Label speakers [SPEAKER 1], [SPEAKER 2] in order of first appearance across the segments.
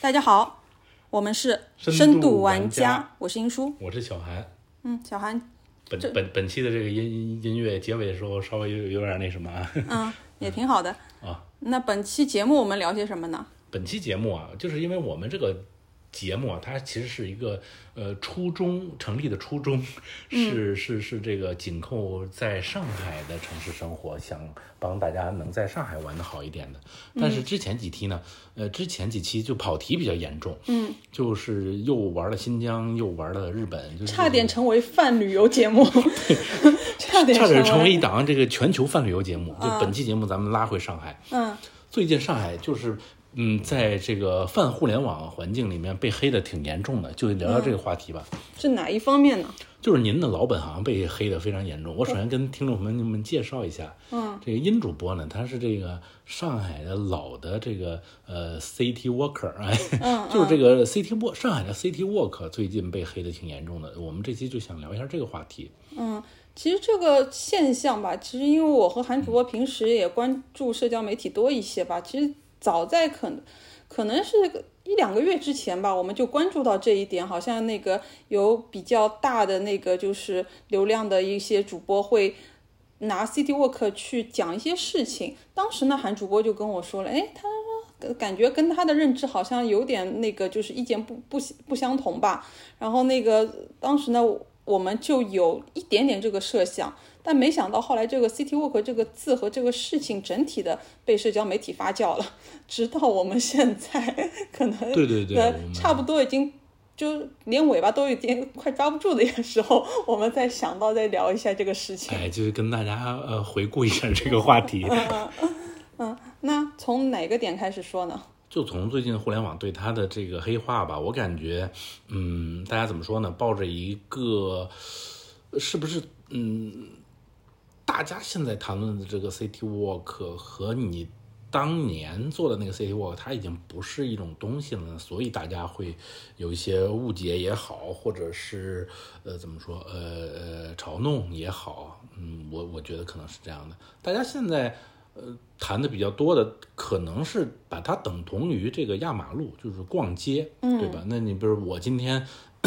[SPEAKER 1] 大家好，我们是
[SPEAKER 2] 深
[SPEAKER 1] 深
[SPEAKER 2] 度
[SPEAKER 1] 度
[SPEAKER 2] 玩
[SPEAKER 1] 玩
[SPEAKER 2] 家，
[SPEAKER 1] 我是英叔。
[SPEAKER 2] 我是小韩。
[SPEAKER 1] 嗯，小韩，
[SPEAKER 2] 本本本期的这个音音乐结尾的时候稍微有有点那什么啊。
[SPEAKER 1] 嗯，也挺好的
[SPEAKER 2] 啊。
[SPEAKER 1] 那本期节目我们聊些什么呢？
[SPEAKER 2] 本期节目啊，就是因为我们这个节目啊，它其实是一个呃初衷成立的初衷是、是是这个紧扣在上海的城市生活，想帮大家能在上海玩的好一点的。但是之前几期呢，呃，之前几期就跑题比较严重，嗯，就是又玩了新疆，又玩了日本，就是
[SPEAKER 1] 差点成为泛旅游节 目， 差点
[SPEAKER 2] 差点
[SPEAKER 1] 成
[SPEAKER 2] 成为一档这个全球泛旅游节目。就本期节目，咱们拉回上海。
[SPEAKER 1] 嗯，
[SPEAKER 2] 最近上海就是，嗯，在这个泛互联网环境里面被黑的挺严重的，就聊聊这个话题吧。
[SPEAKER 1] 是哪一方面呢？
[SPEAKER 2] 就是您的老本行被黑的非常严重。我首先跟听众朋友们介绍一下，嗯，这个殷主播呢，他是这个上海的老的这个呃 City Walker，哎，就是这个 City Walk 上海的 City Walk 最近被黑的挺严重的。我们这期就想聊一下这个话题。
[SPEAKER 1] 其实这个现象吧，其实因为我和韩主播平时也关注社交媒体多一些吧，其实早在可能可能是一两个月之前吧，我们就关注到这一点，好像那个有比较大的那个就是流量的一些主播会。拿 City Walk 去讲一些事情，当时呢，韩主播就跟我说了，哎，他呃感觉跟他的认知好像有点那个，就是意见不不不相同吧。然后那个当时呢，我们就有一点点这个设想，但没想到后来这个 City Walk 这个字和这个事情整体的被社交媒体发酵了， 直到我们现在可能
[SPEAKER 2] 对对对
[SPEAKER 1] 呃
[SPEAKER 2] 我们
[SPEAKER 1] 差不多已经。就连尾巴都有点快抓不住的时候，我们再想到再聊一下这个事情。
[SPEAKER 2] 哎，就是跟大家呃回顾一下这个话题，
[SPEAKER 1] 那从哪个点开始说呢？
[SPEAKER 2] 就从最近互联网对它的这个黑化吧，我感觉，嗯，大家怎么说呢？抱着一个呃是不是嗯，大家现在谈论的这个 City Walk 和你当年做的那个 City Walk，它已经不是一种东西了，所以大家会有一些误解也好，或者是呃怎么说呃呃嘲弄也好，嗯，我我觉得可能是这样的。大家现在呃谈的比较多的，可能是把它等同于这个压马路，就是逛街，对吧？那你比如我今天。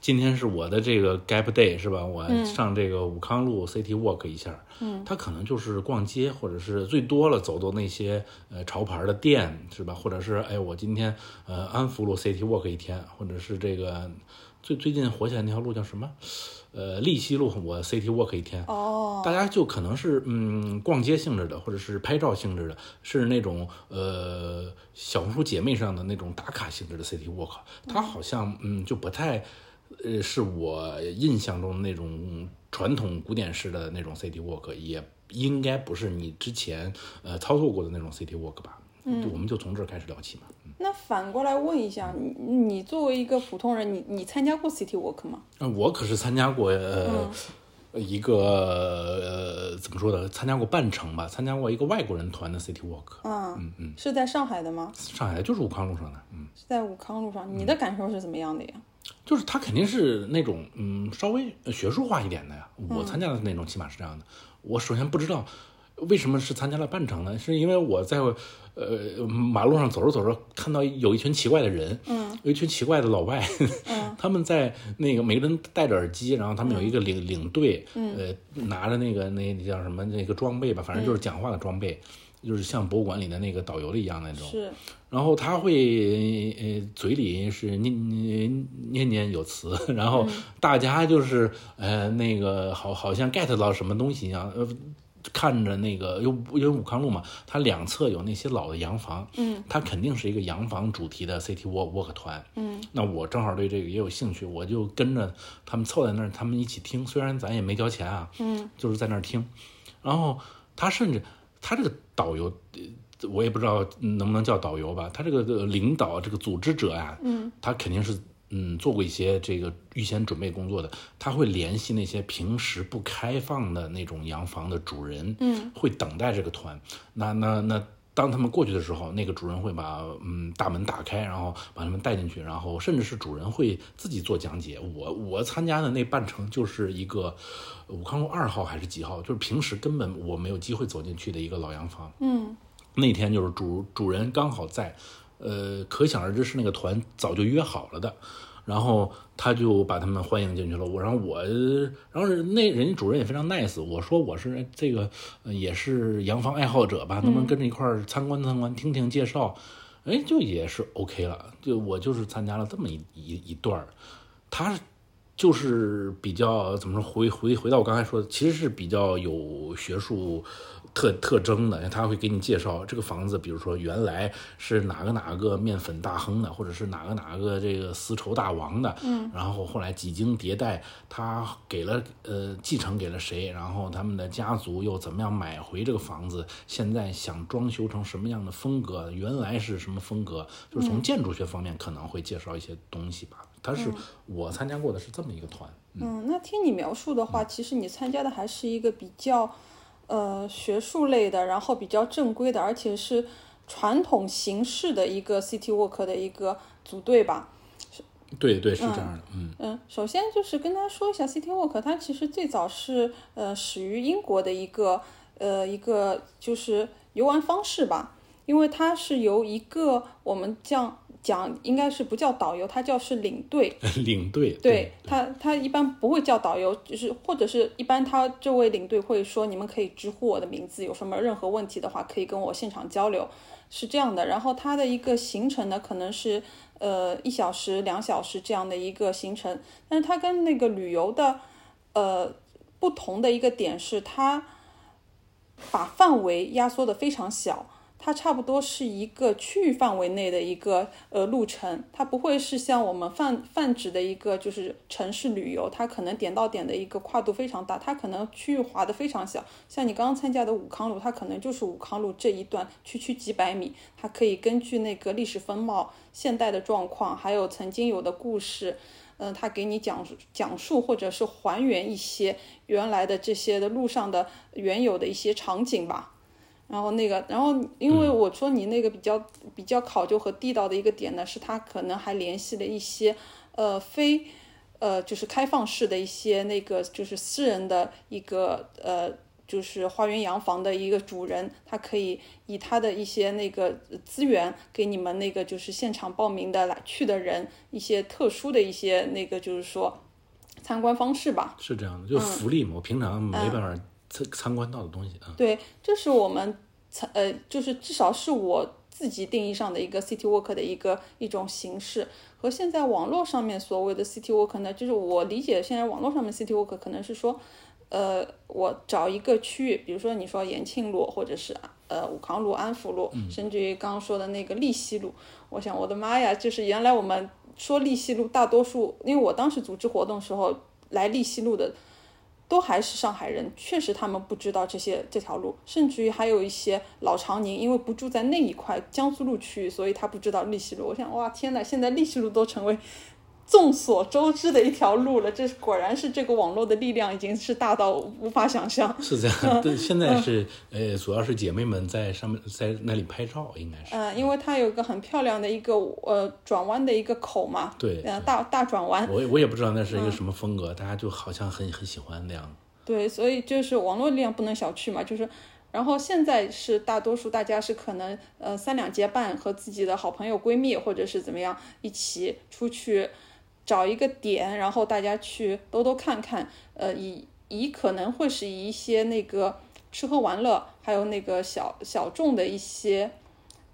[SPEAKER 2] 今天是我的这个 gap day 是吧？我上这个武康路 City Walk 一下，嗯，他可能就是逛街，或者是最多了走到那些呃潮牌的店是吧？或者是哎，我今天呃安福路 City Walk 一天，或者是这个最最近火起来那条路叫什么？呃，利西路我 City Walk 一天，
[SPEAKER 1] 哦，
[SPEAKER 2] 大家就可能是嗯逛街性质的，或者是拍照性质的，是那种呃小红书姐妹上的那种打卡性质的 City Walk，它好像嗯就不太呃是我印象中的那种传统古典式的那种 City Walk，也应该不是你之前呃操作过的那种 City Walk 吧？嗯，我们就从这儿开始聊起嘛。
[SPEAKER 1] 那反过来问一下，你你作为一个普通人，你你参加过 City Walk 吗？
[SPEAKER 2] 啊，我可是参加过呃、一个呃怎么说呢？参加过半程吧，参加过一个外国人团的 City Walk。
[SPEAKER 1] 嗯嗯，是在上海的吗？
[SPEAKER 2] 上海就是武康路上的，嗯，
[SPEAKER 1] 是在武康路上，你的感受是怎么样的呀？
[SPEAKER 2] 就是它肯定是那种嗯稍微学术化一点的呀。我参加的那种起码是这样的。我首先不知道为什么是参加了半程呢？是因为我在呃马路上走着走着，看到有一群奇怪的人，嗯，有一群奇怪的老外， 他们在那个每个人戴着耳机，然后他们有一个领、领队，呃，拿着那个那那叫什么那个装备吧，反正就是讲话的装备，就是像博物馆里的那个导游的一样那种，
[SPEAKER 1] 是，
[SPEAKER 2] 然后他会呃嘴里是念念念念有词， 然后大家就是呃那个好好像 get 到什么东西一样，呃看着那个有有武康路嘛，它两侧有那些老的洋房，嗯，它肯定是一个洋房主题的 City Walk Walk 团，嗯，那我正好对这个也有兴趣，我就跟着他们凑在那儿，他们一起听，虽然咱也没交钱啊，嗯，就是在那儿听，然后他甚至他这个导游，呃我也不知道能不能叫导游吧，他这个呃领导这个组织者啊，嗯，他肯定是嗯做过一些这个预先准备工作的，他会联系那些平时不开放的那种洋房的主人，嗯，会等待这个团，那那那。当他们过去的时候，那个主人会把嗯大门打开，然后把他们带进去，然后甚至是主人会自己做讲解。我我参加的那半程就是一个呃武康路二号还是几号，就是平时根本我没有机会走进去的一个老洋房。那天就是主主人刚好在，呃，可想而知是那个团早就约好了的，然后他就把他们欢迎进去了。我然后我，然后那人家主任也非常 nice，我说我是这个、呃也是洋房爱好者吧，能不能跟着一块儿参观参观，听听介绍？哎，就也是 OK 了。就我就是参加了这么一一一段儿，他就是比较怎么说，回回回到我刚才说的，其实是比较有学术特特征的，他会给你介绍这个房子，比如说原来是哪个哪个面粉大亨的，或者是哪个哪个这个丝绸大王的，嗯，然后后来几经迭代，他给了呃继承给了谁，然后他们的家族又怎么样买回这个房子，现在想装修成什么样的风格，原来是什么风格，就是从建筑学方面可能会介绍一些东西吧。他是我参加过的是这么一个团，
[SPEAKER 1] 嗯，那听你描述的话，其实你参加的还是一个比较，呃，学术类的，然后比较正规的，而且是传统形式的一个 City Walk 的一个组队吧。
[SPEAKER 2] 对对是这样的，嗯
[SPEAKER 1] 嗯，首先就是跟大家说一下，City Walk 它其实最早是呃始于英国的一个呃一个就是游玩方式吧，因为它是由一个我们讲讲应该是不叫导游，它叫是领队，
[SPEAKER 2] 嗯 领队
[SPEAKER 1] 对他，他一般不会叫导游，就是或者是一般他这位领队会说，你们可以直呼我的名字，有什么任何问题的话，可以跟我现场交流，是这样的。然后他的一个行程呢，可能是呃一小时、两小时这样的一个行程，但是他跟那个旅游的呃不同的一个点是，他把范围压缩的非常小。它差不多是一个区域范围内的一个呃路程，它不会是像我们泛泛指的一个就是城市旅游，它可能点到点的一个跨度非常大，它可能区域划得非常小。像你刚刚参加的武康路，它可能就是武康路这一段区区几百米，它可以根据那个历史风貌、现代的状况，还有曾经有的故事，嗯、它给你讲述讲述或者是还原一些原来的这些的路上的原有的一些场景吧。然后那个，然后因为我说你那个比较比较考究和地道的一个点呢，是它可能还联系了一些呃非呃就是开放式的一些那个就是私人的一个呃就是花园洋房的一个主人，他可以以他的一些那个资源给你们那个就是现场报名的来去的人一些特殊的一些那个就是说参观方式吧。
[SPEAKER 2] 是这样
[SPEAKER 1] 嗯
[SPEAKER 2] 的，就福利嘛，我平常没办法参参观到的东西啊。
[SPEAKER 1] 对，这是我们参呃，就是至少是我自己定义上的一个 city walk 的一个一种形式，和现在网络上面所谓的 city walk 呢，就是我理解现在网络上面 city walk 可能是说，呃，我找一个区域，比如说你说延庆路，或者是呃武康路、安福路，甚至于刚刚说的那个利西路，我想我的妈呀，就是原来我们说利西路，大多数因为我当时组织活动时候来利西路的都还是上海人，确实他们不知道这些这条路，甚至于还有一些老长宁，因为不住在那一块江苏路区域，所以他不知道利西路。我想，哇，天呐，现在利西路都成为众所周知的一条路了，这果然是这个网络的力量已经是大到无法想象。
[SPEAKER 2] 嗯是这 样，对，现在是
[SPEAKER 1] 嗯
[SPEAKER 2] 呃，主要是姐妹们在上面在那里拍照，应该是。
[SPEAKER 1] 嗯、因为它有一个很漂亮的一个呃转弯的一个口嘛，
[SPEAKER 2] 对
[SPEAKER 1] 呃大大转弯，
[SPEAKER 2] 我也我也不知道那
[SPEAKER 1] 嗯
[SPEAKER 2] 是一个什么风格，大家就好像很很喜欢那样。
[SPEAKER 1] 对，所以就是网络力量不能小觑嘛，就是，然后现在是大多数大家是可能呃三两结伴和自己的好朋友闺蜜或者是怎么样一起出去找一个点，然后大家去兜兜看看，呃，以以可能会是以一些那个吃喝玩乐，还有那个小小众的一些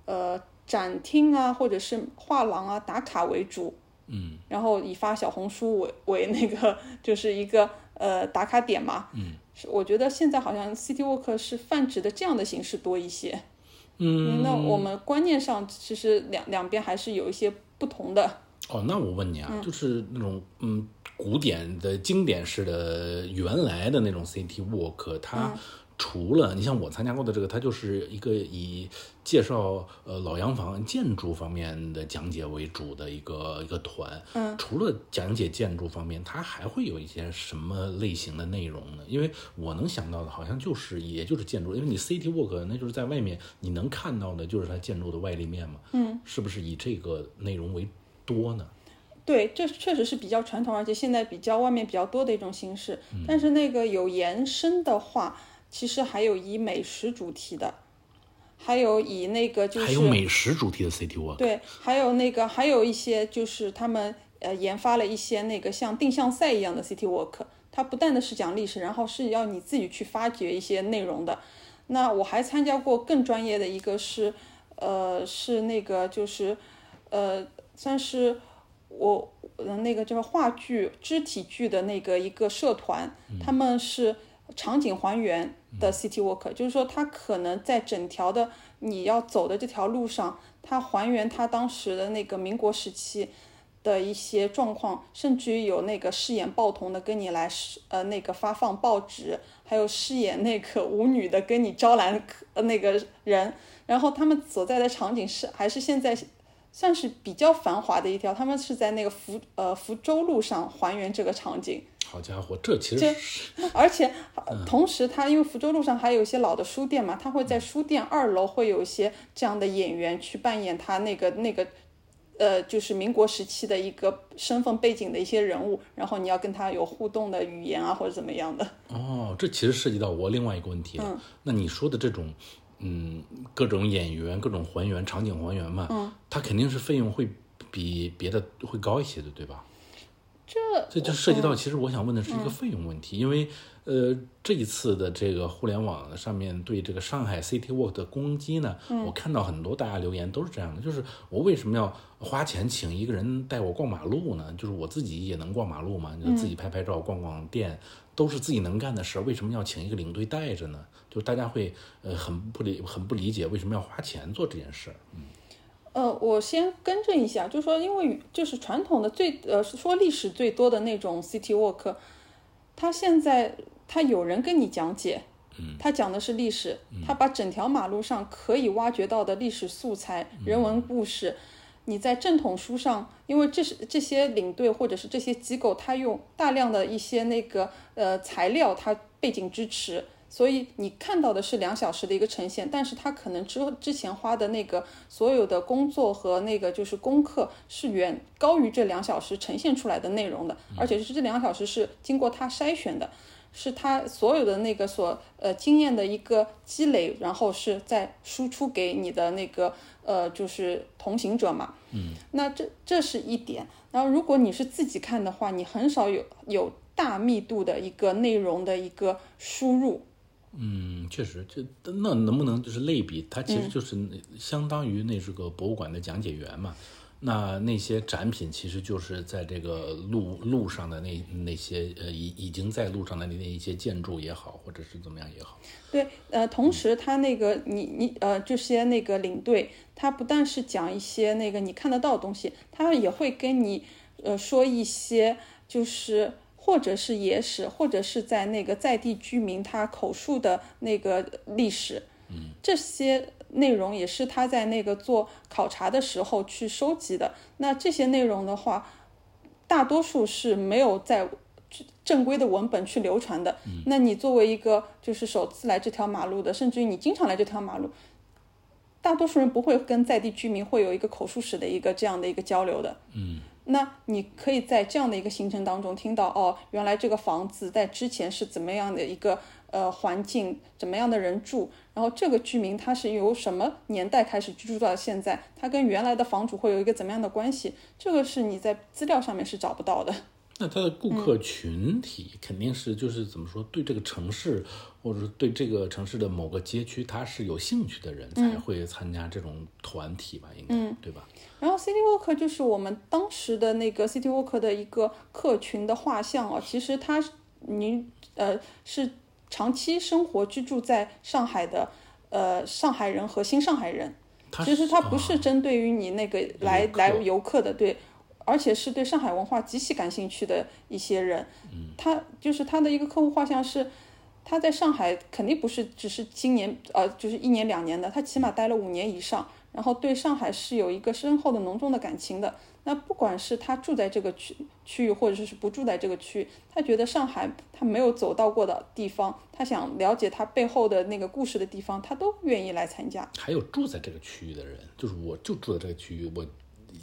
[SPEAKER 1] 呃展厅啊，或者是画廊啊打卡为主，
[SPEAKER 2] 嗯，
[SPEAKER 1] 然后以发小红书为为那个就是一个呃打卡点嘛。嗯，是我觉得现在好像 City Walk 是泛指的这样的形式多一些。嗯，那我们观念上其实两两边还是有一些不同的。
[SPEAKER 2] 哦，那我问你啊，就是那种嗯古典的经典式的原来的那种 City Walk，它除了、你像我参加过的这个，它就是一个以介绍呃老洋房建筑方面的讲解为主的一个一个团。嗯，除了讲解建筑方面，它还会有一些什么类型的内容呢？因为我能想到的，好像就是也就是建筑，因为你 City Walk 那就是在外面你能看到的就是它建筑的外立面嘛。嗯，是不是以这个内容为多呢？
[SPEAKER 1] 对，这确实是比较传统，而且现在比较外面比较多的一种形式。
[SPEAKER 2] 嗯
[SPEAKER 1] 但是那个有延伸的话，其实还有以美食主题的，还有以那个就是
[SPEAKER 2] 还有美食主题的 City Walk，
[SPEAKER 1] 对，还有那个还有一些就是他们呃研发了一些那个像定向赛一样的 City Walk，它不但的是讲历史，然后是要你自己去发掘一些内容的。那我还参加过更专业的一个是，呃，是那个就是，呃，算是我呃那个叫话剧肢体剧的那个一个社团，他们是场景还原的 City Walk，就是说它可能在整条的你要走的这条路上，它还原它当时的那个民国时期。的一些状况，甚至于有那个饰演报童的跟你来是呃那个发放报纸，还有饰演那个舞女的跟你招揽客呃那个人，然后他们所在的场景是还是现在算是比较繁华的一条，他们是在那个福呃福州路上还原这个场景，
[SPEAKER 2] 好家伙，这其实是
[SPEAKER 1] 而且、呃同时它因为福州路上还有一些老的书店嘛，它会在书店二楼会有一些这样的演员去扮演他那个那个呃，就是民国时期的一个身份背景的一些人物，然后你要跟他有互动的语言啊，或者怎么样的。
[SPEAKER 2] 哦，这其实涉及到我另外一个问题了。那你说的这种，嗯，各种演员、各种还原、场景还原嘛，嗯，它肯定是费用会比别的会高一些的，对吧？
[SPEAKER 1] 这
[SPEAKER 2] 这就涉及到，其实我想问的是一个费用问题，因为呃，这一次的这个互联网上面对这个上海 City Walk 的攻击呢，我看到很多大家留言都是这样的，就是我为什么要花钱请一个人带我逛马路呢？就是我自己也能逛马路嘛，你就自己拍拍照、逛逛店，都是自己能干的事儿，为什么要请一个领队带着呢？就大家会呃很不理很不理解为什么要花钱做这件事儿。
[SPEAKER 1] 呃，我先更正一下，就说因为就是传统的最呃说历史最多的那种 City Walk，它现在它有人跟你讲解，他讲的是历史，他把整条马路上可以挖掘到的历史素材、人文故事，你在正统书上，因为这是这些领队或者是这些机构，他用大量的一些那个呃材料，它背景支持。所以你看到的是两小时的一个呈现，但是他可能之后之前花的那个所有的工作和那个就是功课是远高于这两小时呈现出来的内容的，而且是这两小时是经过他筛选的。是他所有的那个所呃经验的一个积累，然后是在输出给你的那个呃就是同行者嘛。嗯，那这这是一点。然后如果你是自己看的话，你很少有有大密度的一个内容的一个输入。
[SPEAKER 2] 嗯，确实，这那能不能就是类比？它
[SPEAKER 1] 嗯
[SPEAKER 2] 其实就是相当于那是个博物馆的讲解员嘛。那那些展品其实就是在这个路路上的那那些呃已已经在路上的那那一些建筑也好，或者是怎么样也好，
[SPEAKER 1] 对，呃，同时他那个你你呃这些那个领队，他不但是讲一些那个你看得到的东西，他也会跟你呃说一些就是或者是野史，或者是在那个在地居民他口述的那个历史，嗯，这些内容也是他在那个做考察的时候去收集的。那这些内容的话，大多数是没有在正规的文本去流传的。那你作为一个就是首次来这条马路的，甚至于你经常来这条马路，大多数人不会跟在地居民会有一个口述史的一个这样的一个交流的。嗯，那你可以在这样的一个行程当中听到，哦，原来这个房子在之前是怎么样的一个呃环境，怎么样的人住，然后这个居民他是由什么年代开始居住到现在，他跟原来的房主会有一个怎么样的关系，这个是你在资料上面是找不到的。
[SPEAKER 2] 那它的顾客
[SPEAKER 1] 嗯
[SPEAKER 2] 群体肯定是就是怎么说，对这个城市或者是对这个城市的某个街区，他是有兴趣的人才
[SPEAKER 1] 嗯
[SPEAKER 2] 会参加这种团体吧，应该对吧？
[SPEAKER 1] 然后 City Walk 就是我们当时的那个 City Walk 的一个客群的画像哦。其实它是你呃是长期生活居住在上海的呃上海人和新上海人，
[SPEAKER 2] 它
[SPEAKER 1] 其实它不
[SPEAKER 2] 啊
[SPEAKER 1] 是针对于你那个来
[SPEAKER 2] 客
[SPEAKER 1] 来游客的，对，而且是对上海文化极其感兴趣的一些人。嗯，他就是他的一个客户画像是。他在上海肯定不是只是今年，呃，就是一年两年的，他起码待了五年以上，然后对上海是有一个深厚的浓重的感情的。那不管是他住在这个区区域，或者是不住在这个区域，他觉得上海他没有走到过的地方，他想了解他背后的那个故事的地方，他都愿意来参加。
[SPEAKER 2] 还有住在这个区域的人，就是我就住在这个区域，我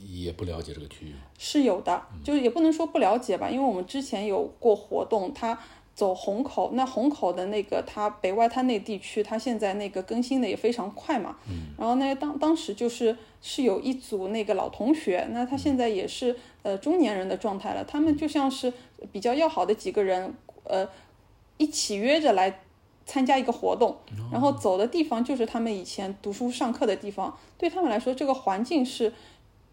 [SPEAKER 2] 也不了解这个区域。
[SPEAKER 1] 是有的，就是也不能说不了解吧，因为我们之前有过活动，它走虹口，那虹口的那个它北外滩那地区，它现在那个更新的也非常快嘛。然后呢，当当时就是是有一组那个老同学，那他现在也是呃中年人的状态了，他们就像是比较要好的几个人，呃，一起约着来参加一个活动，然后走的地方就是他们以前读书上课的地方，对他们来说，这个环境是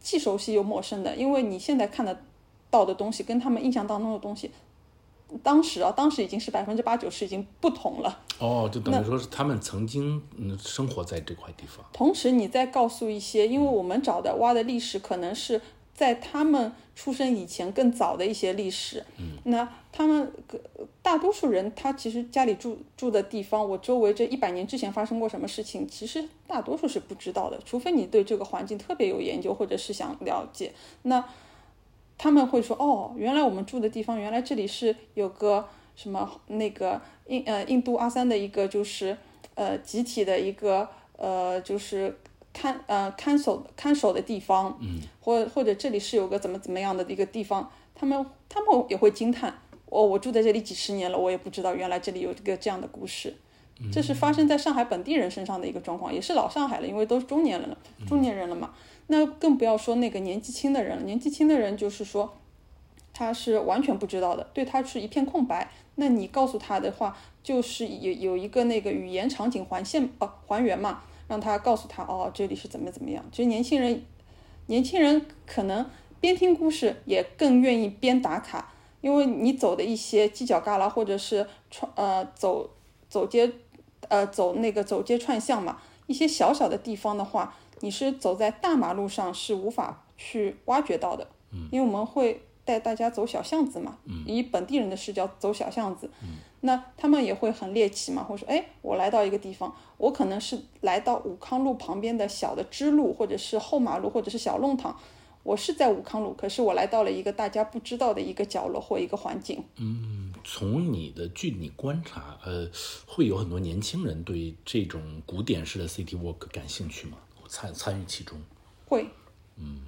[SPEAKER 1] 既熟悉又陌生的，因为你现在看得到的东西跟他们印象当中的东西。当时啊，当时已经是百分之八九十已经不同了。
[SPEAKER 2] 哦，就等于说是他们曾经嗯生活在这块地方。
[SPEAKER 1] 同时，你再告诉一些，因为我们找的挖的历史可能是在他们出生以前更早的一些历史。嗯，那他们个大多数人，他其实家里住住的地方，我周围这一百年之前发生过什么事情，其实大多数是不知道的，除非你对这个环境特别有研究，或者是想了解。那他们会说：“哦，原来我们住的地方，原来这里是有个什么那个印呃印度阿三的一个就是呃集体的一个呃就是看呃看守看守的地方，嗯，或或者这里是有个怎么怎么样的一个地方，他们他们也会惊叹，哦，我住在这里几十年了，我也不知道原来这里有这个这样的故事。”这是发生在上海本地人身上的一个状况，也是老上海了，因为都是中年人了，中年人了嘛。那更不要说那个年纪轻的人了，年纪轻的人就是说，他是完全不知道的，对他是一片空白。那你告诉他的话，就是有有一个那个语言场景还现呃还原嘛，让他告诉他哦这里是怎么怎么样。其实年轻人，年轻人可能边听故事也更愿意边打卡，因为你走的一些犄角旮旯或者是穿呃走走街呃走那个走街串巷嘛，一些小小的地方的话，你是走在大马路上是无法去挖掘到的，嗯，因为我们会带大家走小巷子嘛，嗯，以本地人的视角走小巷子，嗯，那他们也会很猎奇嘛，会说，哎，我来到一个地方，我可能是来到武康路旁边的小的支路，或者是后马路，或者是小弄堂。我是在武康路，可是我来到了一个大家不知道的一个角落或一个环境。
[SPEAKER 2] 嗯从你的据你观察，呃，会有很多年轻人对这种古典式的 city walk 感兴趣吗？参参与其中？
[SPEAKER 1] 会，嗯，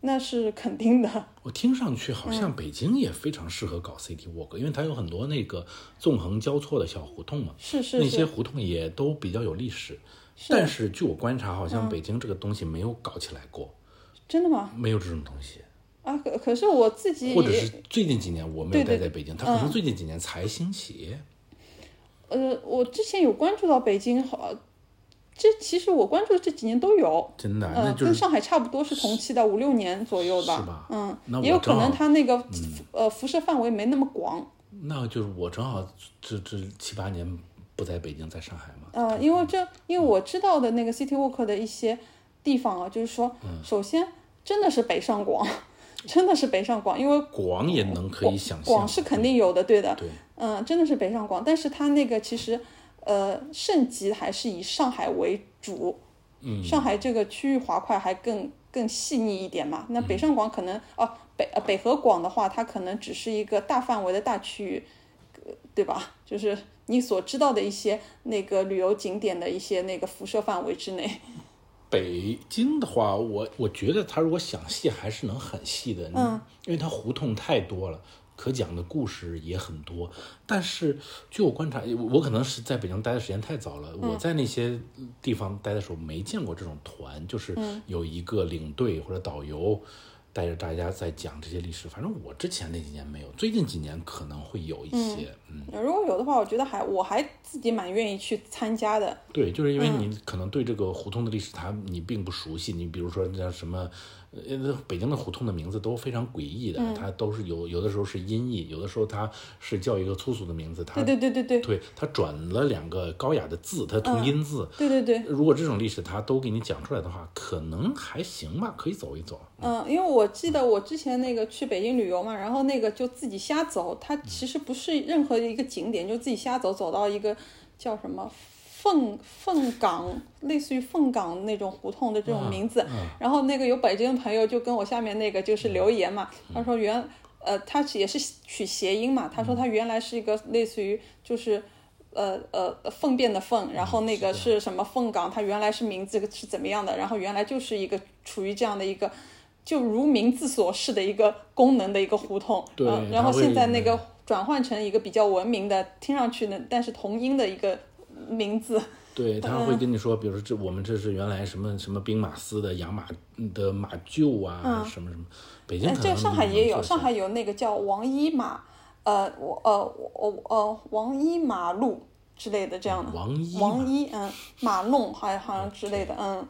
[SPEAKER 1] 那是肯定的。
[SPEAKER 2] 我听上去好像北京也非常适合搞 city walk，、因为它有很多那个纵横交错的小胡同嘛，
[SPEAKER 1] 是是
[SPEAKER 2] 那
[SPEAKER 1] 是
[SPEAKER 2] 些胡同也都比较有历史。但是据我观察，好
[SPEAKER 1] 嗯
[SPEAKER 2] 像北京这个东西没有搞起来过，
[SPEAKER 1] 真的吗？
[SPEAKER 2] 没有这种东西。
[SPEAKER 1] 啊，可可是我自己
[SPEAKER 2] 或者
[SPEAKER 1] 也
[SPEAKER 2] 是最近几年我没
[SPEAKER 1] 对嗯
[SPEAKER 2] 有待
[SPEAKER 1] 对
[SPEAKER 2] 在北京，它可能最近几年才兴起。
[SPEAKER 1] 呃，我之前有关注到北京，好，这其实我关注的这几年都有，
[SPEAKER 2] 真的啊，那
[SPEAKER 1] 呃，
[SPEAKER 2] 就
[SPEAKER 1] 跟
[SPEAKER 2] 是
[SPEAKER 1] 上海差不多是同期的五六年左右吧，
[SPEAKER 2] 是吧
[SPEAKER 1] 嗯，
[SPEAKER 2] 那
[SPEAKER 1] 也
[SPEAKER 2] 我嗯
[SPEAKER 1] 有可
[SPEAKER 2] 正
[SPEAKER 1] 能
[SPEAKER 2] 好
[SPEAKER 1] 它那个、呃辐射范围没那么广，
[SPEAKER 2] 那就是我正好这这七八年不在北京，在上海嘛。
[SPEAKER 1] 呃，因为这因为我知道的那个 City Walk 的一些地方啊，就是说，
[SPEAKER 2] 嗯
[SPEAKER 1] 首先真的是北上广， 真的是北上广，因为
[SPEAKER 2] 广也能可以想
[SPEAKER 1] 广
[SPEAKER 2] 象，
[SPEAKER 1] 是肯定有的，对的，
[SPEAKER 2] 对，
[SPEAKER 1] 嗯，真的是北上广，但是它那个其实，呃，盛极还是以上海为主，嗯，上海这个区域滑块还更更细腻一点嘛。那北上广可能哦、北呃北和广的话，它可能只是一个大范围的大区域，呃对吧？就是你所知道的一些那个旅游景点的一些那个辐射范围之内，
[SPEAKER 2] 北京的话，我我觉得它如果想细，还是能很细的。嗯，因为它胡同太多了，可讲的故事也很多。但是据我观察，我我可能是在北京待的时间太早了，我在那些地方待的时候没见过这种团，就是有一个领队或者导游。带着大家在讲这些历史，反正我之前那几年没有，最近几年可能会有一些，嗯，
[SPEAKER 1] 如果有的话，我觉得还我还自己蛮愿意去参加的。
[SPEAKER 2] 对，就是因为
[SPEAKER 1] 嗯
[SPEAKER 2] 你可能对这个胡同的历史它你并不熟悉，你比如说那叫什么，呃，北京的胡同的名字都非常诡异
[SPEAKER 1] 嗯
[SPEAKER 2] 的，它都是有有的时候是音译，有的时候它是叫一个粗俗的名字，它
[SPEAKER 1] 对对对对对
[SPEAKER 2] 对它转了两个高雅的字，它
[SPEAKER 1] 嗯
[SPEAKER 2] 同音字。
[SPEAKER 1] 对对对。
[SPEAKER 2] 如果这种历史它都给你讲出来的话，可能还行吧，可以走一走。
[SPEAKER 1] 嗯，因为我记得我之前那个去北京旅游嘛，然后那个就自己瞎走，它其实不是任何的一个景点，就自己瞎走，走到一个叫什么凤凤岗，类似于凤岗那种胡同的这种名字。然后那个有北京的朋友就跟我下面那个就是留言嘛，他说原呃他也是取谐音嘛，他说他原来是一个类似于就是。呃呃，粪便的粪，然
[SPEAKER 2] 嗯
[SPEAKER 1] 后那个是什么凤岗？它原来是名字是怎么样的？然后原来就是一个处于这样的一个，就如名字所示的一个功能的一个胡同。
[SPEAKER 2] 对
[SPEAKER 1] 嗯然
[SPEAKER 2] 它
[SPEAKER 1] 后现
[SPEAKER 2] 会
[SPEAKER 1] 在那个转换成一个比较文明的，听上去呢，但是同音的一个名字。
[SPEAKER 2] 对，他
[SPEAKER 1] 嗯
[SPEAKER 2] 会跟你说，比如说这我们这是原来什么什么兵马司的养马嗯的马厩啊，什么什么。北京
[SPEAKER 1] 哎
[SPEAKER 2] 可，
[SPEAKER 1] 嗯这
[SPEAKER 2] 能
[SPEAKER 1] 上海
[SPEAKER 2] 没
[SPEAKER 1] 也
[SPEAKER 2] 这
[SPEAKER 1] 有，
[SPEAKER 2] 个
[SPEAKER 1] 上海有那个叫王一马，呃，我呃我我呃王一马路之类的这样的。
[SPEAKER 2] 王一
[SPEAKER 1] 王
[SPEAKER 2] 嘛
[SPEAKER 1] 一，嗯，马弄好像好像之类的，嗯。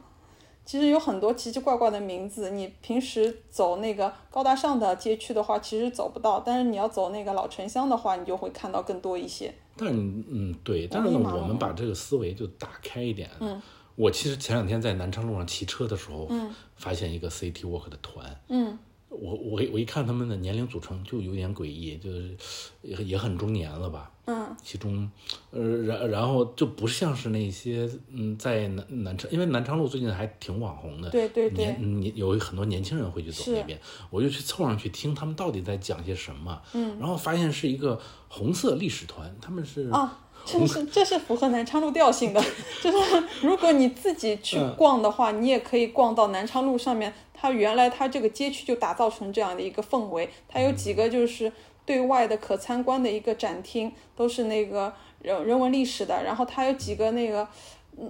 [SPEAKER 1] 其实有很多奇奇怪怪的名字，你平时走那个高大上的街区的话，其实走不到；但是你要走那个老城乡的话，你就会看到更多一些。
[SPEAKER 2] 但嗯对，但是呢，
[SPEAKER 1] 立马
[SPEAKER 2] 我们
[SPEAKER 1] 了
[SPEAKER 2] 把这个思维就打开一点。嗯，我其实前两天在南昌路上骑车的时候，嗯，发现一个 City Walk 的团，
[SPEAKER 1] 嗯，
[SPEAKER 2] 我我一我一看他们的年龄组成就有点诡异，就是也也很中年了吧。
[SPEAKER 1] 嗯，
[SPEAKER 2] 其中，呃，然然后就不像是那些嗯，在南南昌，因为南昌路最近还挺网红的，
[SPEAKER 1] 对对对
[SPEAKER 2] 年年有很多年轻人会去走
[SPEAKER 1] 是
[SPEAKER 2] 那边，我就去凑上去听他们到底在讲些什么，嗯，然后发现是一个红色历史团，他们是
[SPEAKER 1] 啊，这是这是符合南昌路调 性的，就是如果你自己去
[SPEAKER 2] 嗯
[SPEAKER 1] 逛的话，你也可以逛到南昌路上面。它原来它这个街区就打造成这样的一个氛围，它有几个就是对外的可参观的一个展厅，都是那个人人文历史的，然后它有几个那个。嗯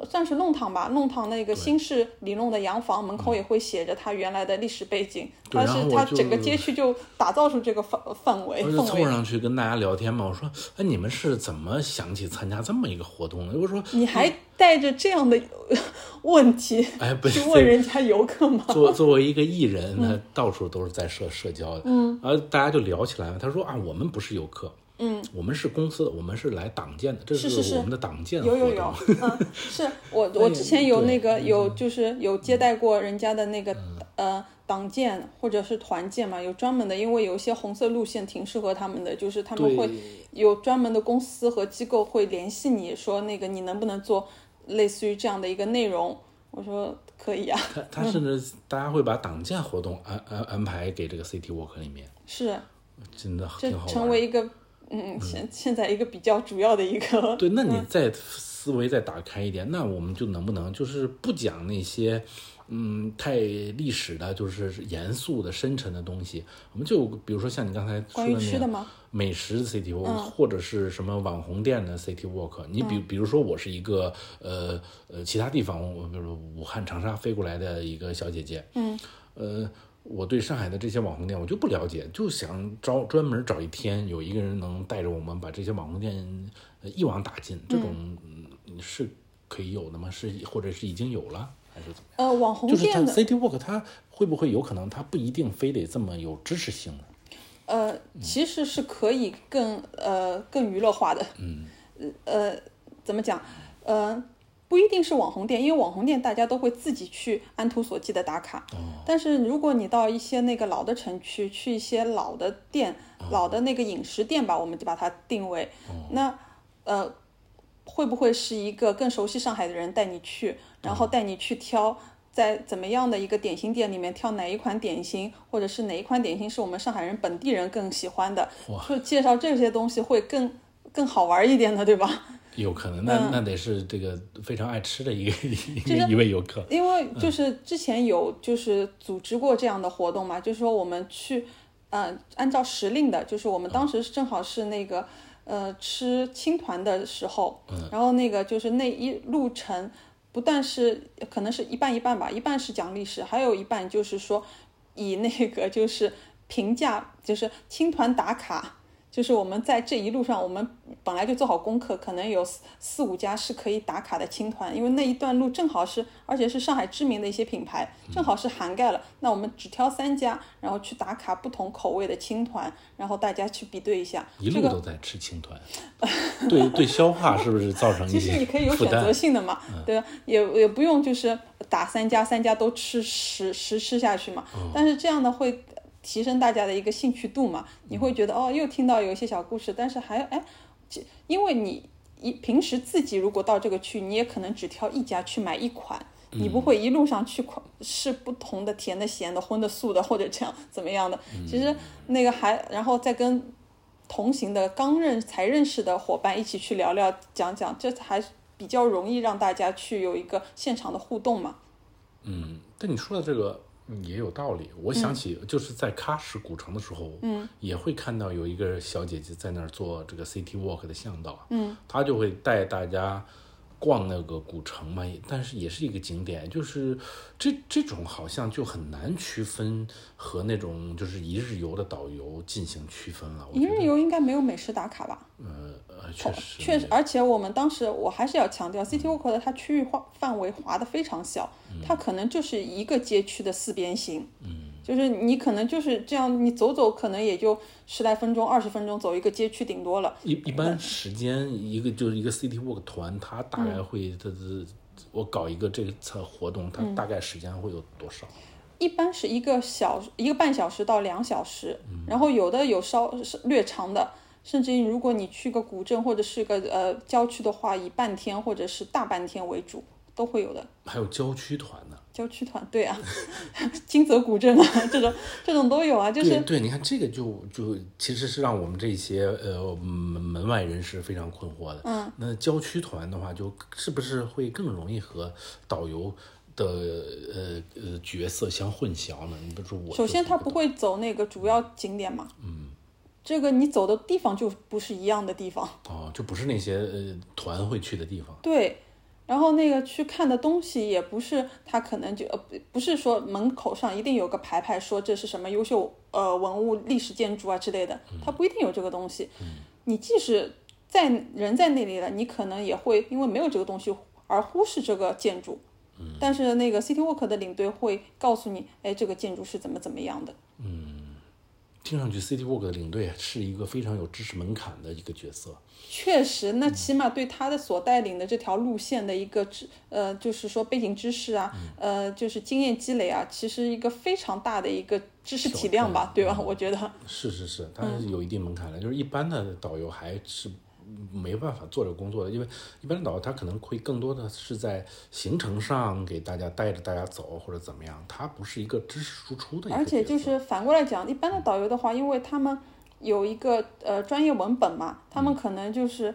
[SPEAKER 1] 算是弄堂吧，弄堂那个新式里弄的洋房门口也会写着它原来的历史背景，
[SPEAKER 2] 对
[SPEAKER 1] 但
[SPEAKER 2] 然
[SPEAKER 1] 是
[SPEAKER 2] 后我
[SPEAKER 1] 它
[SPEAKER 2] 就
[SPEAKER 1] 整个街区就打造出这个氛氛围
[SPEAKER 2] 我
[SPEAKER 1] 氛
[SPEAKER 2] 就凑
[SPEAKER 1] 围。
[SPEAKER 2] 上去跟大家聊天嘛，我说，哎，你们是怎么想起参加这么一个活动的？我说，
[SPEAKER 1] 你还带着这样的 问题
[SPEAKER 2] 哎，不
[SPEAKER 1] 去
[SPEAKER 2] 是
[SPEAKER 1] 问人家游客吗？
[SPEAKER 2] 作作为一个艺人，
[SPEAKER 1] 嗯
[SPEAKER 2] 他到处都是在社社交的，嗯，然后大家就聊起来了。他说啊，我们不是游客，嗯，我们是公司的，我们是来党建的，这
[SPEAKER 1] 是是是
[SPEAKER 2] 我们的党建活
[SPEAKER 1] 有
[SPEAKER 2] 动。嗯
[SPEAKER 1] 有有，嗯，是 我我之前有那个有就是有接待过人家的那个呃党建或者是团建嘛，有专门的，因为有一些红色路线挺适合他们的，就是他们
[SPEAKER 2] 对
[SPEAKER 1] 会有专门的公司和机构会联系你说那个你能不能做类似于这样的一个内容，我说可以啊，
[SPEAKER 2] 他他甚至大家会把党建活动安安安排给这个 City Walk 里面，
[SPEAKER 1] 是
[SPEAKER 2] 真的
[SPEAKER 1] 这
[SPEAKER 2] 挺好玩的。
[SPEAKER 1] 成为一个嗯现现在一个比较主要的一 个
[SPEAKER 2] 对，那你再思维再打开一点，那我们就能不能就是不讲那些，嗯，太历史的，就是严肃的、深沉的东西，我们就比如说像你刚才说
[SPEAKER 1] 关
[SPEAKER 2] 的
[SPEAKER 1] 于
[SPEAKER 2] 那
[SPEAKER 1] 吃
[SPEAKER 2] 样
[SPEAKER 1] 的吗？嗯
[SPEAKER 2] 美食 City Walk，、或者是什么网红店的 City Walk。你
[SPEAKER 1] 嗯
[SPEAKER 2] 比、比如说，我是一个呃呃其他地方，我比如说武汉、长沙飞过来的一个小姐姐，嗯，呃，我对上海的这些网红店我就不了解，就想招专门找一天有一个人能带着我们把这些网红店呃一网打尽，这种、嗯是可以有的吗？是或者是已经有了还是怎么样？
[SPEAKER 1] 呃，网红
[SPEAKER 2] 就是它
[SPEAKER 1] 店的，
[SPEAKER 2] City Walk，它会不会有可能它不一定非得这么有知识性呢？
[SPEAKER 1] 呃，其实是可以更呃更娱乐化的。嗯，呃，怎么讲？呃，不一定是网红店，因为网红店大家都会自己去按图索骥的打卡。
[SPEAKER 2] 哦
[SPEAKER 1] 但是如果你到一些那个老的城区，去一些老的店、
[SPEAKER 2] 哦
[SPEAKER 1] 老的那个饮食店吧，我们就把它定为、那呃。会不会是一个更熟悉上海的人带你去，然后带你去挑在怎么样的一个点心店里面挑哪一款点心，或者是哪一款点心是我们上海人本地人更喜欢的，就介绍这些东西会更更好玩一点的，对吧？
[SPEAKER 2] 有可能，
[SPEAKER 1] 嗯
[SPEAKER 2] 那、那得是这个非常爱吃的一个 一
[SPEAKER 1] 就
[SPEAKER 2] 个一位游客。
[SPEAKER 1] 因为就是之前有就是组织过这样的活动嘛，就是说我们去，呃，按照时令的，就是我们当时正好是那个，呃，吃青团的时候，
[SPEAKER 2] 嗯
[SPEAKER 1] 然后那个就是那一路程，不但是呃可能是一半一半吧，一半是讲历史，还有一半就是说以那个就是评价，就是青团打卡。就是我们在这一路上，我们本来就做好功课，可能有四四五家是可以打卡的青团，因为那一段路正好是，而且是上海知名的一些品牌，
[SPEAKER 2] 嗯
[SPEAKER 1] 正好是涵盖了。那我们只挑三家，然后去打卡不同口味的青团，然后大家去比对一下。
[SPEAKER 2] 一
[SPEAKER 1] 这
[SPEAKER 2] 路
[SPEAKER 1] 个
[SPEAKER 2] 都在吃青团，对对，消化是不是造成一
[SPEAKER 1] 其实
[SPEAKER 2] 些
[SPEAKER 1] 你可以有
[SPEAKER 2] 负
[SPEAKER 1] 选
[SPEAKER 2] 担嗯
[SPEAKER 1] 择？性的嘛，对吧？也也不用就是打三家，三家都吃十十吃下去嘛。
[SPEAKER 2] 嗯
[SPEAKER 1] 但是这样呢，会提升大家的一个兴趣度嘛。你会觉得哦，又听到有一些小故事，但是还哎，这因为你一平时自己如果到这个区，你也可能只挑一家去买一款。
[SPEAKER 2] 嗯
[SPEAKER 1] 你不会一路上去款试不同的甜的、咸的、荤的、素的，或者这样怎么样的？
[SPEAKER 2] 嗯
[SPEAKER 1] 其实那个还，然后再跟同行的刚认才认识的伙伴一起去聊聊讲讲，这还比较容易让大家去有一个现场的互动嘛。
[SPEAKER 2] 嗯，但你说到这个，嗯也有道理。我想起就是在喀什古城的时候，嗯，也会看到有一个小姐姐在那儿做这个 City Walk 的向导，嗯，她就会带大家逛那个古城嘛，也但是也是一个景点，就是这这种好像就很难区分和那种就是一日游的导游进行区分了。我
[SPEAKER 1] 一
[SPEAKER 2] 觉得，
[SPEAKER 1] 日游应该没有美食打卡吧？
[SPEAKER 2] 呃呃，确实，
[SPEAKER 1] 确实，而且我们当时我还是要强调，City Walk 的它区域划范围划得非常小，
[SPEAKER 2] 嗯
[SPEAKER 1] 它可能就是一个街区的四边形，嗯，就是你可能就是这样，你走走可能也就十来分钟、二十分钟走一个街区顶多了。
[SPEAKER 2] 一一 般时间一个就是一个 City Walk 团，它大
[SPEAKER 1] 嗯
[SPEAKER 2] 概会这这我搞一个这个策活动，
[SPEAKER 1] 嗯
[SPEAKER 2] 它大概时间会有多少？
[SPEAKER 1] 一般是一个小一个半小时到两小时，然后有的有稍是略长的，甚至于如果你去个古镇或者是个呃郊区的话，以半天或者是大半天为主，都会有的。
[SPEAKER 2] 还有郊区团呢？
[SPEAKER 1] 郊区团对啊， 金泽古镇啊，这种这种都有啊，就是
[SPEAKER 2] 对对，你看这个就就其实是让我们这些呃门门外人士非常困惑的。嗯，那郊区团的话，就是不是会更容易和导游的呃呃角色相混淆呢？你比如说我，
[SPEAKER 1] 首先，他不会走那个主要景点嘛。嗯。这个你走的地方就不是一样的地方。
[SPEAKER 2] 哦，就不是那些呃团会去的地方。
[SPEAKER 1] 对。然后那个去看的东西也不是他可能就呃不不是说门口上一定有个牌牌说这是什么优秀呃文物历史建筑啊之类的，他不一定有这个东西。你即使在人在那里了，你可能也会因为没有这个东西而忽视这个建筑。但是那个 City Walk 的领队会告诉你，哎，这个建筑是怎么怎么样的。
[SPEAKER 2] 听上去，City Walk 的领队是一个非常有知识门槛的一个角色。
[SPEAKER 1] 确实，那起码对他的所带领的这条路线的一个知，呃，就是说背景知识啊，呃，就是经验积累啊，其实一个非常大的一个知识体量吧，对吧？我觉得，
[SPEAKER 2] 是是是，它是有一定门槛的，就是一般的导游还是没办法做这个工作的，因为一般的导游他可能会更多的是在行程上给大家带着大家走或者怎么样，他不是一个知识输出的一个角色，
[SPEAKER 1] 而且就是反过来讲，一般的导游的话，因为他们有一个呃专业文本嘛，他们可能就是、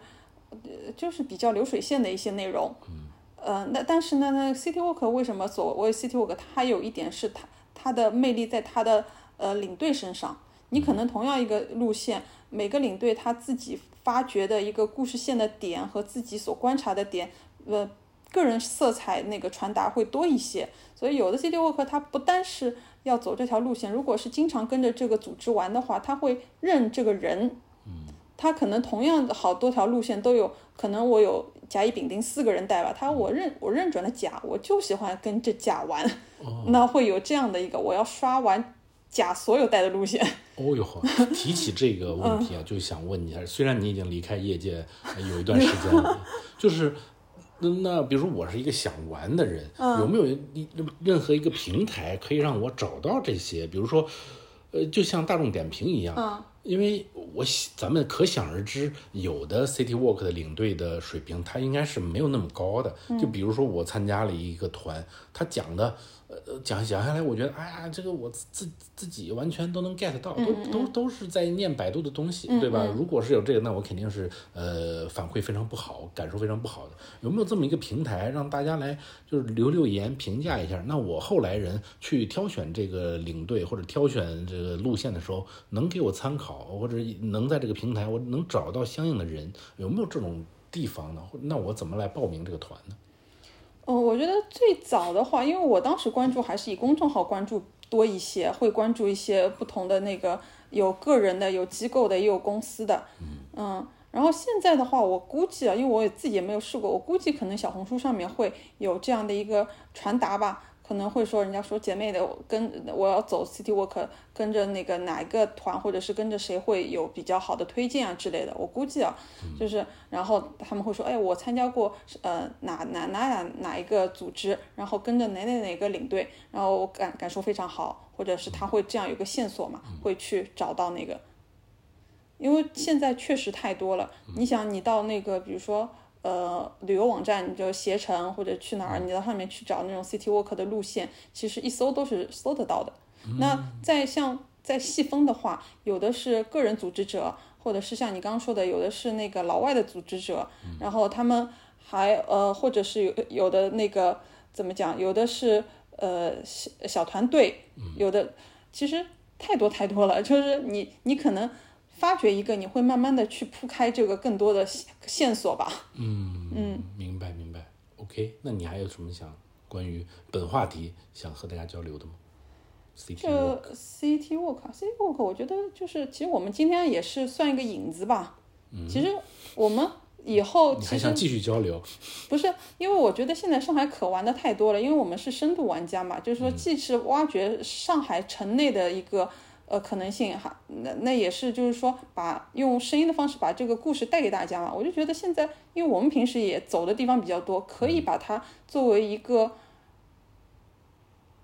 [SPEAKER 1] 呃就是比较流水线的一些内容。嗯。呃，那但是呢，那 City Walk 为什么所谓 City Walk，它有一点是它它的魅力在它的呃领队身上。你可能同样一个路线，每个领队他自己发掘的一个故事线的点和自己所观察的点，呃，个人色彩那个传达会多一些。所以有的 City Walk 它不单是要走这条路线，如果是经常跟着这个组织玩的话，他会认这个人。他可能同样好多条路线都有，可能我有甲乙丙丁四个人带吧，他我认我认准了甲，我就喜欢跟这甲玩，那会有这样的一个，我要刷完甲所有带的路线。
[SPEAKER 2] 哦呦呵，提起这个问题啊，就想问你一下，虽然你已经离开业界呃有一段时间了，就是那那比如说我是一个想玩的人，有没有一任何一个平台可以让我找到这些？比如说，呃，就像大众点评一样，因为我喜咱们可想而知，有的 City Walk 的领队的水平，他应该是没有那么高的。就比如说我参加了一个团，他讲的。呃，讲讲下来，我觉得，哎呀，这个我自自自己完全都能 get 到，都都都是在念百度的东西，对吧？如果是有这个，那我肯定是呃反馈非常不好，感受非常不好的。有没有这么一个平台，让大家来就是留留言评价一下？那我后来人去挑选这个领队或者挑选这个路线的时候，能给我参考，或者能在这个平台我能找到相应的人，有没有这种地方呢？或那我怎么来报名这个团呢？
[SPEAKER 1] 嗯，我觉得最早的话，因为我当时关注还是以公众号关注多一些，会关注一些不同的那个有个人的、有机构的，也有公司的。嗯，然后现在的话，我估计啊，因为我也自己也没有试过，我估计可能小红书上面会有这样的一个传达吧，可能会说人家说姐妹的，我跟我要走 City Walk，跟着那个哪一个团，或者是跟着谁会有比较好的推荐啊之类的。我估计啊，就是然后他们会说，哎，我参加过呃哪哪哪哪哪一个组织，然后跟着哪哪哪个领队，然后我感感受非常好，或者是他会这样有个线索嘛，会去找到那个。因为现在确实太多了。你想，你到那个，比如说，呃，旅游网站，你就携程或者去哪儿，你到上面去找那种 City Walk 的路线，其实一搜都是搜得到的。那再像再细分的话，有的是个人组织者，或者是像你刚刚说的，有的是那个老外的组织者，然后他们还呃，或者是有有的那个怎么讲，有的是呃小小团队，有的其实太多太多了，就是你你可能发掘一个，你会慢慢的去铺开这个更多的线线索吧。
[SPEAKER 2] 嗯嗯，明白明白。OK，那你还有什么想关于本话题想和大家交流的吗？CT
[SPEAKER 1] 这 City Walk，City Walk，我觉得就是其实我们今天也是算一个引子吧。其实我们以后
[SPEAKER 2] 嗯你
[SPEAKER 1] 其
[SPEAKER 2] 还
[SPEAKER 1] 实
[SPEAKER 2] 想继续交流？
[SPEAKER 1] 不是，因为我觉得现在上海可玩的太多了，因为我们是深度玩家嘛，就是说既是挖掘上海城内的一个呃可能性，还那那也是就是说把用声音的方式把这个故事带给大家嘛。我就觉得现在，因为我们平时也走的地方比较多，可以把它作为一个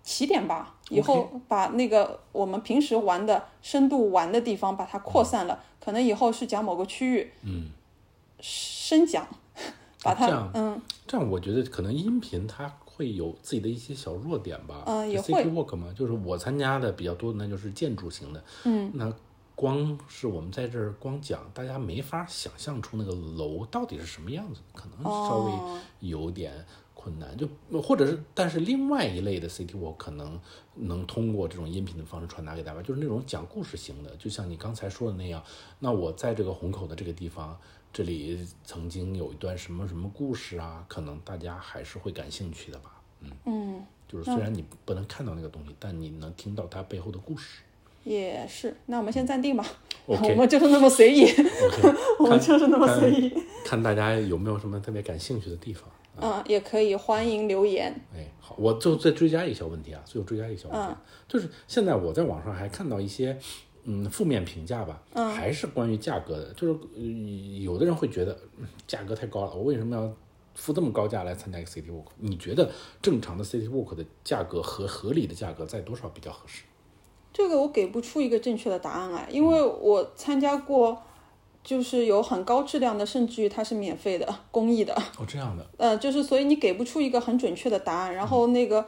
[SPEAKER 1] 起点吧。以后把那个我们平时玩的深度玩的地方把它扩散了，可能以后是讲某个区域，
[SPEAKER 2] 嗯，
[SPEAKER 1] 深讲，把
[SPEAKER 2] 这
[SPEAKER 1] 它
[SPEAKER 2] 样
[SPEAKER 1] 嗯。
[SPEAKER 2] 这样我觉得可能音频它会有自己的一些小弱点吧。
[SPEAKER 1] 嗯
[SPEAKER 2] 就
[SPEAKER 1] 也
[SPEAKER 2] City Walk 嘛，就是我参加的比较多的，那就是建筑型的。嗯，那光是我们在这儿光讲，大家没法想象出那个楼到底是什么样子，可能稍
[SPEAKER 1] 哦
[SPEAKER 2] 微有点。困难就或者是，但是另外一类的 City Walk 可能能通过这种音频的方式传达给大家，就是那种讲故事型的，就像你刚才说的那样。那我在这个虹口的这个地方，这里曾经有一段什么什么故事啊，可能大家还是会感兴趣的吧。嗯
[SPEAKER 1] 嗯，
[SPEAKER 2] 就是虽然你不能看到那个东西，但你能听到它背后的故事。
[SPEAKER 1] 也是。那我们先暂定吧
[SPEAKER 2] OK
[SPEAKER 1] 我们就是那么随意，
[SPEAKER 2] OK，
[SPEAKER 1] 我们就是那么随意。
[SPEAKER 2] 看大家有没有什么特别感兴趣的地方。
[SPEAKER 1] 嗯，也可以，欢迎留言。
[SPEAKER 2] 哎，好，我最后再追加一个小问题啊，最后追加一个小问题啊、就是现在我在网上还看到一些。嗯，负面评价吧，还是关于价格的，就是、呃有的人会觉得嗯价格太高了，我为什么要付这么高价来参加一个 City Walk？你觉得正常的 City Walk 的价格和合理的价格在多少比较合适？
[SPEAKER 1] 这个我给不出一个正确的答案来，因为我参加过，就是有很高质量的，甚至于它是免费的、公益的，
[SPEAKER 2] 哦，这样的，
[SPEAKER 1] 呃，就是所以你给不出一个很准确的答案。然后那个，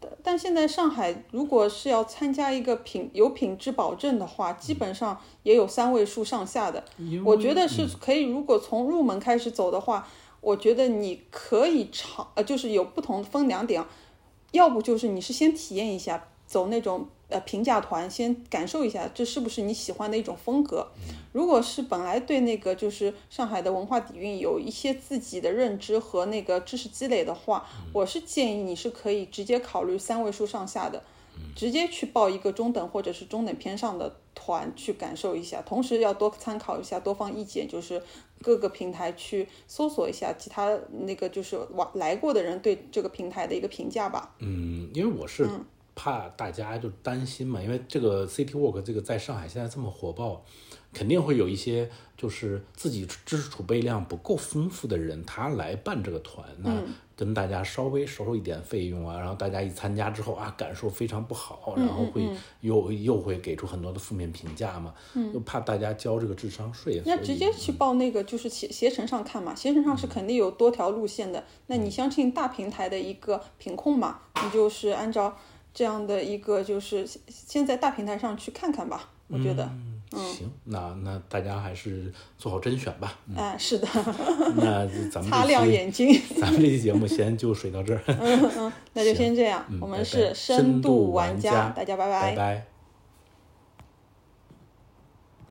[SPEAKER 1] 但但现在上海如果是要参加一个品有品质保证的话，基本上也有三位数上下的。
[SPEAKER 2] 因
[SPEAKER 1] 我觉得是可以，如果从入门开始走的话，我觉得你可以尝，呃，就是有不同分两点啊，要不就是你是先体验一下，走那种呃平价团，先感受一下这是不是你喜欢的一种风格。如果是本来对那个就是上海的文化底蕴有一些自己的认知和那个知识积累的话，我是建议你是可以直接考虑三位数上下的。直接去报一个中等或者是中等偏上的团去感受一下，同时要多参考一下多方意见，就是各个平台去搜索一下其他那个就是往来过的人对这个平台的一个评价吧。
[SPEAKER 2] 嗯，因为我是怕大家就担心嘛，因为这个 City Walk 这个在上海现在这么火爆，肯定会有一些就是自己知识储备量不够丰富的人，他来办这个团，那
[SPEAKER 1] 嗯
[SPEAKER 2] 跟大家稍微收一点费用啊，然后大家一参加之后啊，感受非常不好，
[SPEAKER 1] 嗯
[SPEAKER 2] 然后会又又会给出很多的负面评价嘛，就怕大家交这个智商税，
[SPEAKER 1] 嗯那
[SPEAKER 2] 所以
[SPEAKER 1] 直接去报那个就是携携程上看嘛，携程上是肯定有多条路线的。那你相信大平台的一个品控嘛？你就是按照这样的一个就是先先在大平台上去看看吧，我觉得，
[SPEAKER 2] 嗯
[SPEAKER 1] 嗯
[SPEAKER 2] 行，那那大家还是做好甄选吧。
[SPEAKER 1] 哎、是的，
[SPEAKER 2] 那咱们
[SPEAKER 1] 擦
[SPEAKER 2] 这
[SPEAKER 1] 亮
[SPEAKER 2] 期
[SPEAKER 1] 眼睛。
[SPEAKER 2] 咱们这期节目先就水到这儿。
[SPEAKER 1] 那就先这样，我
[SPEAKER 2] 拜拜
[SPEAKER 1] 们是
[SPEAKER 2] 深
[SPEAKER 1] 深
[SPEAKER 2] 度
[SPEAKER 1] 度
[SPEAKER 2] 玩
[SPEAKER 1] 玩
[SPEAKER 2] 家
[SPEAKER 1] 家，大家拜拜
[SPEAKER 2] 拜拜